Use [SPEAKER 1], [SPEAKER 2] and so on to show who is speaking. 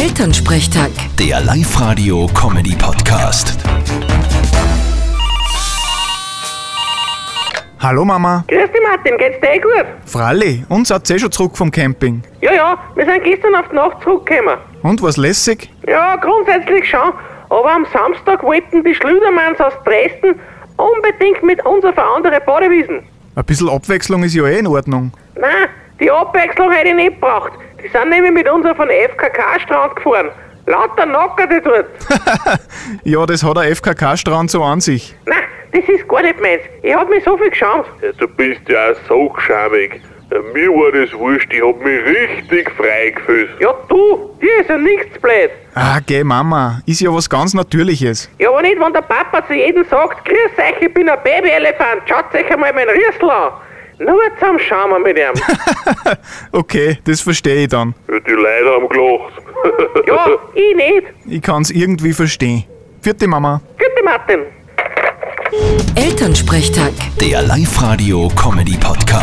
[SPEAKER 1] Elternsprechtag.
[SPEAKER 2] Der Live-Radio-Comedy-Podcast.
[SPEAKER 3] Hallo Mama,
[SPEAKER 4] Grüß dich Martin, geht's dir eh gut?
[SPEAKER 3] Fralli, uns hat's eh schon zurück vom Camping.
[SPEAKER 4] Ja, ja, wir sind gestern auf die Nacht zurückgekommen.
[SPEAKER 3] Und was lässig?
[SPEAKER 4] Ja, grundsätzlich schon, aber am Samstag wollten die Schlüdermanns aus Dresden unbedingt mit uns auf eine andere Badewiesen.
[SPEAKER 3] Ein bisschen Abwechslung ist ja eh in Ordnung.
[SPEAKER 4] Nein, die Abwechslung hätte ich nicht gebraucht. Die sind nämlich mit uns auf einen FKK-Strand gefahren. Lauter Nackerte dort.
[SPEAKER 3] Ja, das hat der FKK-Strand so an sich.
[SPEAKER 4] Nein, das ist gar nicht meins. Ich hab mich so viel geschämt.
[SPEAKER 5] Ja, Äh, Du bist ja auch so geschämig. Ja, Mir war das wurscht, ich hab mich richtig frei gefühlt.
[SPEAKER 4] Ja, du, dir ist ja nichts blöd.
[SPEAKER 3] Ah, geh Mama, ist ja was ganz Natürliches.
[SPEAKER 4] Ja, aber nicht, wenn der Papa zu jedem sagt, grüß euch, ich bin ein Babyelefant, schaut euch einmal meinen Rüssel an. Nur zum Schauen wir mit ihm.
[SPEAKER 3] Okay, das verstehe ich dann.
[SPEAKER 5] Ja, Die Leute haben gelacht.
[SPEAKER 4] Ja, ich nicht.
[SPEAKER 3] Ich kann's irgendwie verstehen. Vierte Mama.
[SPEAKER 4] Gute Martin.
[SPEAKER 1] Elternsprechtag.
[SPEAKER 2] Der Live-Radio-Comedy-Podcast.